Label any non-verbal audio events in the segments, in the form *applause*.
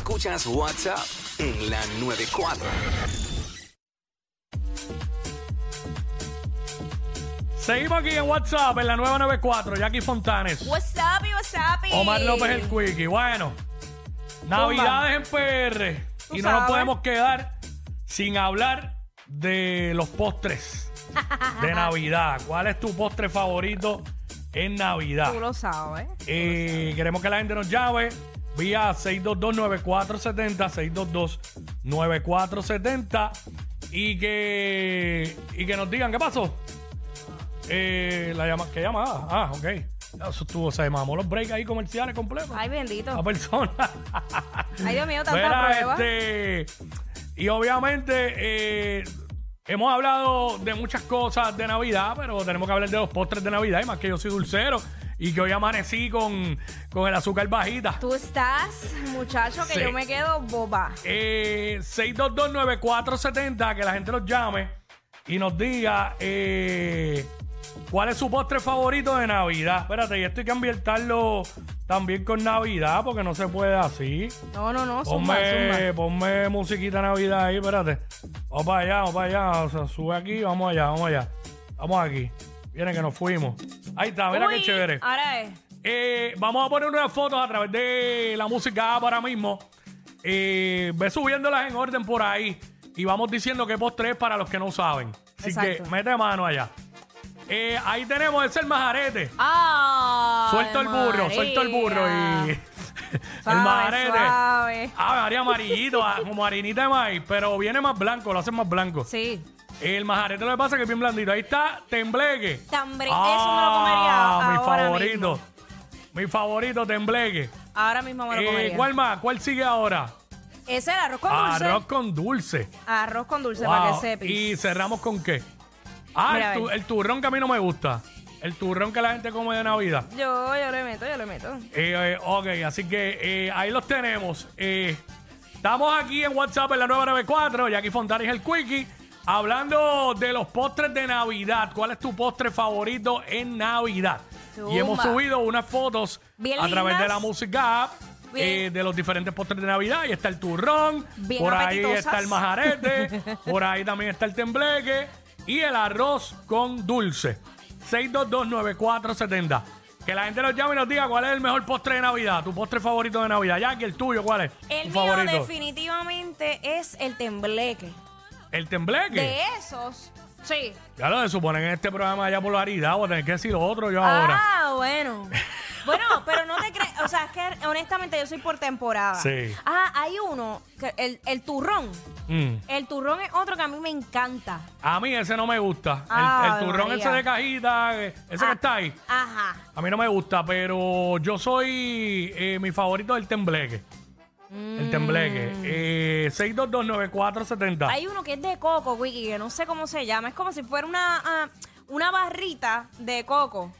Escuchas WhatsApp en la 94. 6. Seguimos aquí en WhatsApp en la 994, Jackie Fontanes. What's up, y what's up? y- Omar López el Quickie. Bueno, Navidades en PR. Tú Y no nos sabes. podemos quedar sin hablar de los postres de Navidad. ¿Cuál es tu postre favorito en Navidad? Tú lo sabes. Eh, queremos que la gente nos llame vía 622-9470, 622-9470 y que, y que nos digan qué pasó. Eh, la llama, ¿Qué llamada? Ah, ok. Eso estuvo, se mamó los breaks ahí comerciales completos. Ay, La bendito. persona. Ay, Dios mío, tanta Mira, prueba. este, y obviamente eh, hemos hablado de muchas cosas de Navidad, pero tenemos que hablar de los postres de Navidad, y más que yo soy dulcero y que hoy amanecí con, con el azúcar bajita. Tú estás, muchacho, que Sí. yo me quedo boba. Eh, 6229470, que la gente nos llame y nos diga eh, cuál es su postre favorito de Navidad. Espérate, y esto hay que ambientarlo también con Navidad, porque no se puede así. No, no, no, zumba, Ponme, zumba. ponme musiquita de Navidad ahí, espérate. Vamos para allá, vamos para allá. O sea, sube aquí, vamos allá, vamos allá. Vamos aquí. Viene que nos fuimos. Ahí está, mira qué Uy, chévere. Ahora es. Eh, vamos a poner unas fotos a través de la música app ahora mismo. Eh, ve subiéndolas en orden por ahí y vamos diciendo que postre es para los que no saben. Así Exacto. que mete mano allá. Eh, ahí tenemos, ese es el majarete. Ah. Suelto el burro, suelto el burro y. Suave, *laughs* el majarete. suave. Ah, María amarillito, ah, como harinita de maíz, pero viene más blanco, lo hacen más blanco. Sí. El majarete lo que pasa es que es bien blandito. Ahí está, tembleque. Tambre, Ah, eso me lo comería. Mi ahora favorito. Mismo. Mi favorito, tembleque. Ahora mismo me lo Eh, comería. ¿Cuál más? ¿Cuál sigue ahora? Ese es el arroz con dulce. Arroz con dulce. Arroz con dulce Wow. para que sepas. Y cerramos con qué. Ah, Mira, el, tu- a ver. el turrón que a mí no me gusta. El turrón que la gente come de Navidad. Yo, yo le meto, yo le meto. Eh, eh, ok, así que eh, ahí los tenemos. Eh, estamos aquí en WhatsApp en la 994, Jackie Fontanes el Quickie, hablando de los postres de Navidad. ¿Cuál es tu postre favorito en Navidad? Y Zumba. hemos subido unas fotos Bien a través de lindas. la música app. Bien. eh, de los diferentes postres de Navidad, ahí está el turrón, Bien por ahí apetitosas. está el majarete, por ahí también está el tembleque y el arroz con dulce. 6229470. Que la gente nos llame y nos diga cuál es el mejor postre de Navidad, tu postre favorito de Navidad. Jackie, el tuyo, ¿cuál es? El Tu mío favorito. definitivamente es el tembleque. El tembleque. De esos, sí. Ya lo se suponen en este programa ya por la haridad, voy a tener que decir otro yo ahora. Ah, bueno. Bueno, pero no te crees, o sea, es que honestamente yo soy por temporada. Sí. Ah, hay uno, que el, el turrón. Mm. El turrón es otro que a mí me encanta. A mí ese no me gusta. El- el, Ave turrón María. ese de cajita, eh, ese que Ah, está ahí. Ajá. A mí no me gusta, pero yo soy eh, mi favorito del tembleque. El Mm. tembleque. Eh, 6229470. Hay uno que es de coco, Wiki, que no sé cómo se llama. Es como si fuera una, ah, una barrita de coco.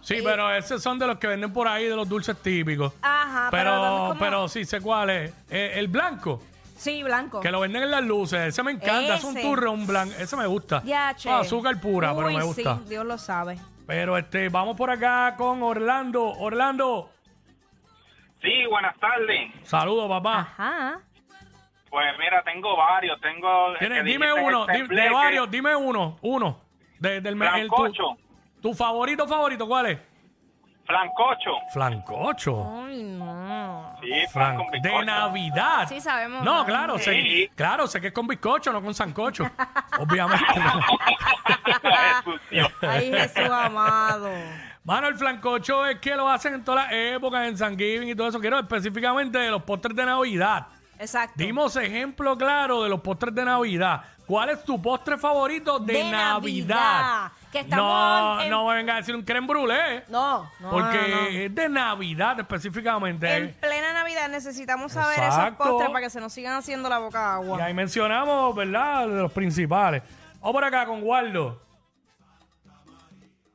Sí, eh. pero esos son de los que venden por ahí, de los dulces típicos. Ajá, pero pero, también como- pero sí, sé cuál es. Eh, el blanco, Sí, blanco. que lo venden en las luces. Ese me encanta. Es un Ese. turrón blanco. Ese me gusta. Ya, che. Ah, azúcar pura, pero Uy, me gusta. Sí, Dios lo sabe. Pero este, vamos por acá con Orlando. Orlando, Sí, buenas tardes. saludos, papá. Ajá. Pues mira, tengo varios, tengo... el Tiene- que dime dijiste, el uno, di- de tembleque. varios, dime uno, uno. De- del me- el- tu, Francocho. tu favorito, favorito, ¿cuál es? Flancocho. Flancocho. Ay, no. Sí, Fran- flan Ah. con bizcocho. de Navidad. Sí, sabemos, No, ¿no? claro, sé, Sí. claro, sé que es con bizcocho, no con *laughs* sancocho. Obviamente. Jesús, Dios. Ay, Jesús *laughs* amado. Mano, el flancocho es que lo hacen en todas las épocas, en San y todo eso. Quiero específicamente de los postres de Navidad. Exacto. Dimos ejemplo claro de los postres de Navidad. ¿Cuál es tu postre favorito de, De Navidad? Navidad. Que estamos no, en- no me vengas a decir un creme brûlée. No, no. porque no, no. es de Navidad específicamente. En plena Navidad necesitamos saber esos Exacto. postres para que se nos sigan haciendo la boca Y agua. ahí mencionamos, ¿verdad? De los principales. Vamos por acá con Waldo.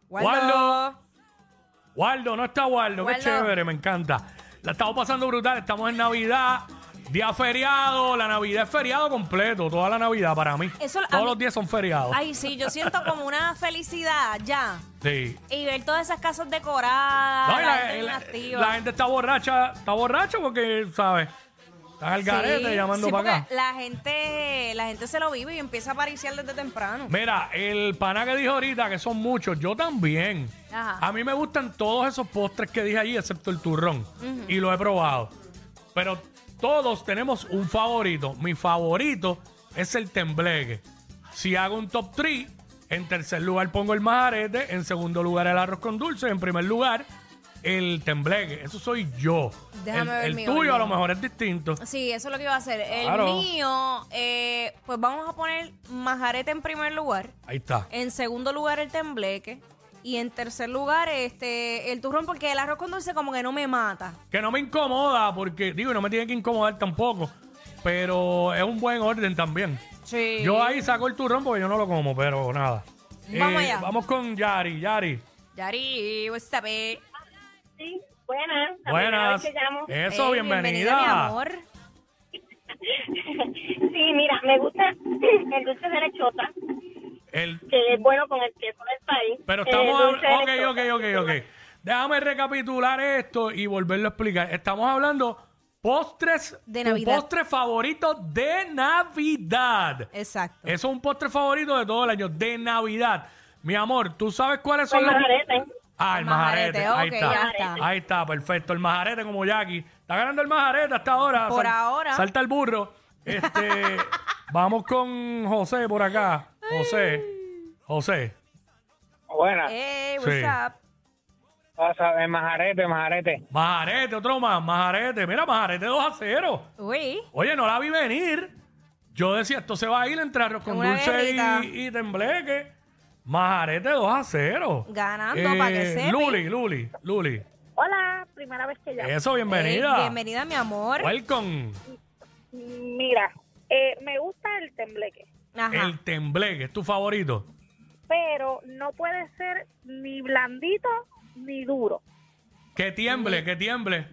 Waldo. Waldo, no está Waldo, qué Waldo. chévere, me encanta. La estamos pasando brutal, estamos en Navidad, día feriado, la Navidad es feriado completo, toda la Navidad para mí. Eso- a Todos mí- los días son feriados. Ay, sí, yo siento como una felicidad ya. Sí. Y ver todas esas casas decoradas, No, y la gente la, la- bien activa. la gente está borracha, está borracha porque, ¿sabes? Estás al garete llamando sí, para acá. porque La gente, la gente se lo vive y empieza a apariciar desde temprano. Mira, el pana que dijo ahorita que son muchos, yo también. Ajá. A mí me gustan todos esos postres que dije allí, excepto el turrón. Y lo he probado. Pero todos tenemos un favorito. Mi favorito es el tembleque. Si hago un top 3, en tercer lugar pongo el majarete, en segundo lugar el arroz con dulce, en primer lugar el tembleque. Eso soy yo. Déjame el ver el mi tuyo a lo orden. mejor es distinto. Sí, eso es lo que iba a hacer. El Claro. mío, eh, pues vamos a poner majarete en primer lugar. Ahí está. En segundo lugar, el tembleque. Y en tercer lugar, este, el turrón, porque el arroz con dulce como que no me mata. Que no me incomoda, porque, digo, no me tiene que incomodar tampoco. Pero es un buen orden también. Sí. Yo ahí saco el turrón porque yo no lo como, pero nada. Eh, Vamos allá. Vamos con Yari, Yari. Yari, what's up, eh? Sí, buenas. La primera Buenas. Eh. vez que llamo. Eso, Hey, bienvenida. Eh, mi amor. Sí, mira, me gusta *clears throat* el dulce de lechota, El- que es bueno con el queso del país. pero El estamos Eh, dulce de hablando. Ok, lechota. ok, ok, ok. Déjame recapitular esto y volverlo a explicar. Estamos hablando postres. De tu Navidad. Postre favorito de Navidad. Exacto. Eso es un postre favorito de todo el año, de Navidad. Mi amor, ¿tú sabes cuáles Con son los majarete. Ah, el majarete. Majarete, Ahí ok, está. ya está. Ahí está, perfecto. El majarete como Jackie. Está ganando el majarete hasta ahora. Por ahora. Salta el burro. *laughs* Este, vamos con José por acá. José. José. Buena. Hey, Eh, what's Sí. up? Pasa de majarete, majarete. Majarete, otro más. Majarete. Mira, majarete 2 a 0. Uy. Oye, no la vi venir. Yo decía, esto se va a ir entre arroz con Una dulce guerrita. y, y tembleque. Majarete 2 a 0. Ganando, pa' que sepa. Luli, Luli, Luli. Hola, primera vez que llamo. Eso, bienvenida. Hey, Eh, bienvenida, mi amor. Welcome. Mira, eh, me gusta el tembleque, Ajá. El tembleque es tu favorito. pero no puede ser ni blandito ni duro. Que tiemble, que tiemble.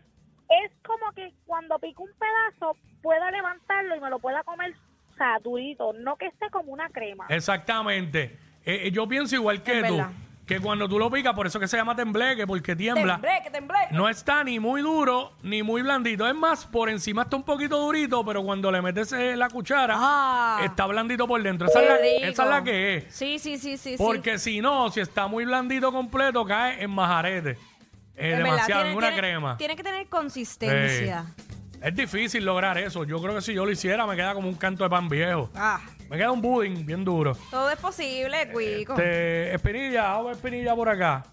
Es como que cuando pico un pedazo pueda levantarlo y me lo pueda comer o sea, durito, no que esté como una crema. Exactamente. Eh, eh, yo pienso igual que Es tú. verdad. Que cuando tú lo picas, por eso que se llama tembleque, porque tiembla. Tembleque, tembleque. No está ni muy duro ni muy blandito. Es más, por encima está un poquito durito, pero cuando le metes eh, la cuchara, Ah. está blandito por dentro. Esa es, la, Qué rico. esa es la que es. Sí, sí, sí, sí. sí. Porque si no, si está muy blandito completo, cae en majarete. Eh, Es verdad, demasiado, tiene- en una tiene- crema. Tiene que tener consistencia. Sí. Es difícil lograr eso. Yo creo que si yo lo hiciera me queda como un canto de pan viejo. Ah, Me queda un pudding bien duro. todo es Eh, posible, Cuico. Este, Espinilla, vamos a ver Espinilla por acá.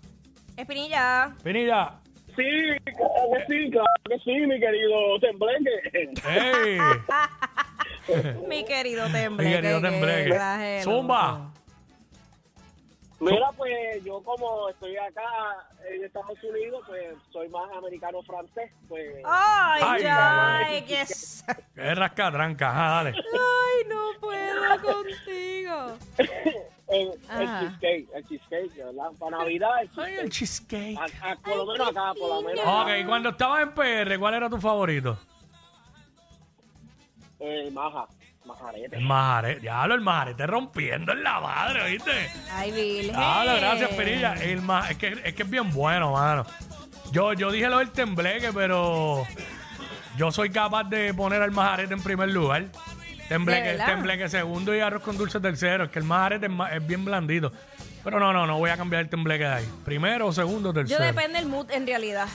Espinilla. *laughs* Espinilla. Sí, claro que sí, claro que sí, mi querido Tembleque. *laughs* ¡Ey! Mi querido Mi tembleque. querido qué tembleque. exagero. Zumba. Mira, pues yo como estoy acá en Estados Unidos, pues soy más americano-francés, pues... Ay, Ay, mamá. ay, qué s- *laughs* Es rascatranca. Ajá, dale. Ay, no puedo contigo. El, el Ajá. cheesecake, el cheesecake, ¿verdad? Para Navidad, el Ah. Ay, el cheesecake. cheesecake. A- a- por lo menos acá, por lo menos. Ok, cuando estabas en PR, ¿cuál era tu favorito? Eh, maja, majarete. El majarete. Diablo, el majarete rompiendo en la madre, ¿viste? Ay, Virgen. Diablo, gracias, Espinilla. El ma- es, que, es que es bien bueno, mano. Yo, yo dije lo del tembleque, pero yo soy capaz de poner al majarete en primer lugar. ¿De Tembleque, verdad? tembleque segundo y arroz con dulce tercero. Es que el majarete es, ma- es bien blandito. Pero no, no, no voy a cambiar el tembleque de ahí. Primero, segundo, Yo tercero. depende del mood en realidad.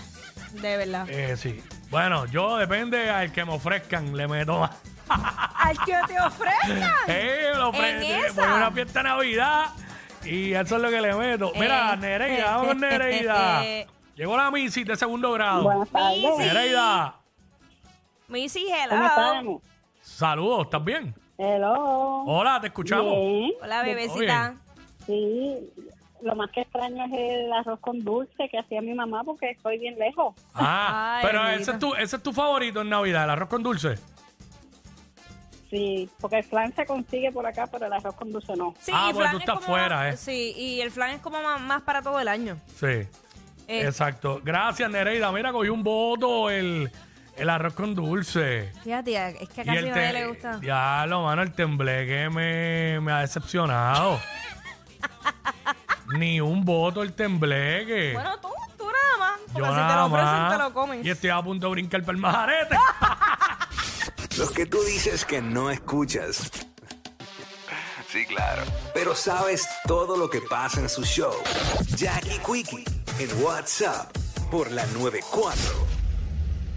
De verdad. Eh, sí. Bueno, yo depende al que me ofrezcan, le meto más. Al que te ofrezcan. Eh, lo ofre- ¿En te- esa? por una fiesta de Navidad y eso es lo que le meto. Mira, Eh. Nereida, vamos con *laughs* Nereida. Llegó la Missy de segundo grado. Missy. Nereida, Missy, hello. saludos, ¿estás bien? Hello. Hola, te escuchamos. Bien. Hola, bebecita. Sí, lo más que extraño es el arroz con dulce que hacía mi mamá porque estoy bien lejos. Ah, Ay, pero bendito. ese es, tu, ese es tu favorito en Navidad, el arroz con dulce. Sí, porque el flan se consigue por acá, pero el arroz con dulce no. Sí, Ah, y bueno, tú flan es estás como fuera, más- eh. Sí, y el flan es como más, más para todo el año. Sí, Eh, exacto. Gracias, Nereida. Mira, cogí un voto el, el arroz con dulce. Fíjate, es que a Y casi el nadie te- le gusta. Diablo, mano, el tembleque me, me ha decepcionado. Ni un voto el tembleque. Bueno, tú, tú nada más. Porque Yo si te nada lo ofrecen, más. te lo comen. Y estoy a punto de brincar para el majarete. Los que tú dices que no escuchas. Sí, claro. Pero sabes todo lo que pasa en su show. Jackie Quickie en WhatsApp por la 94.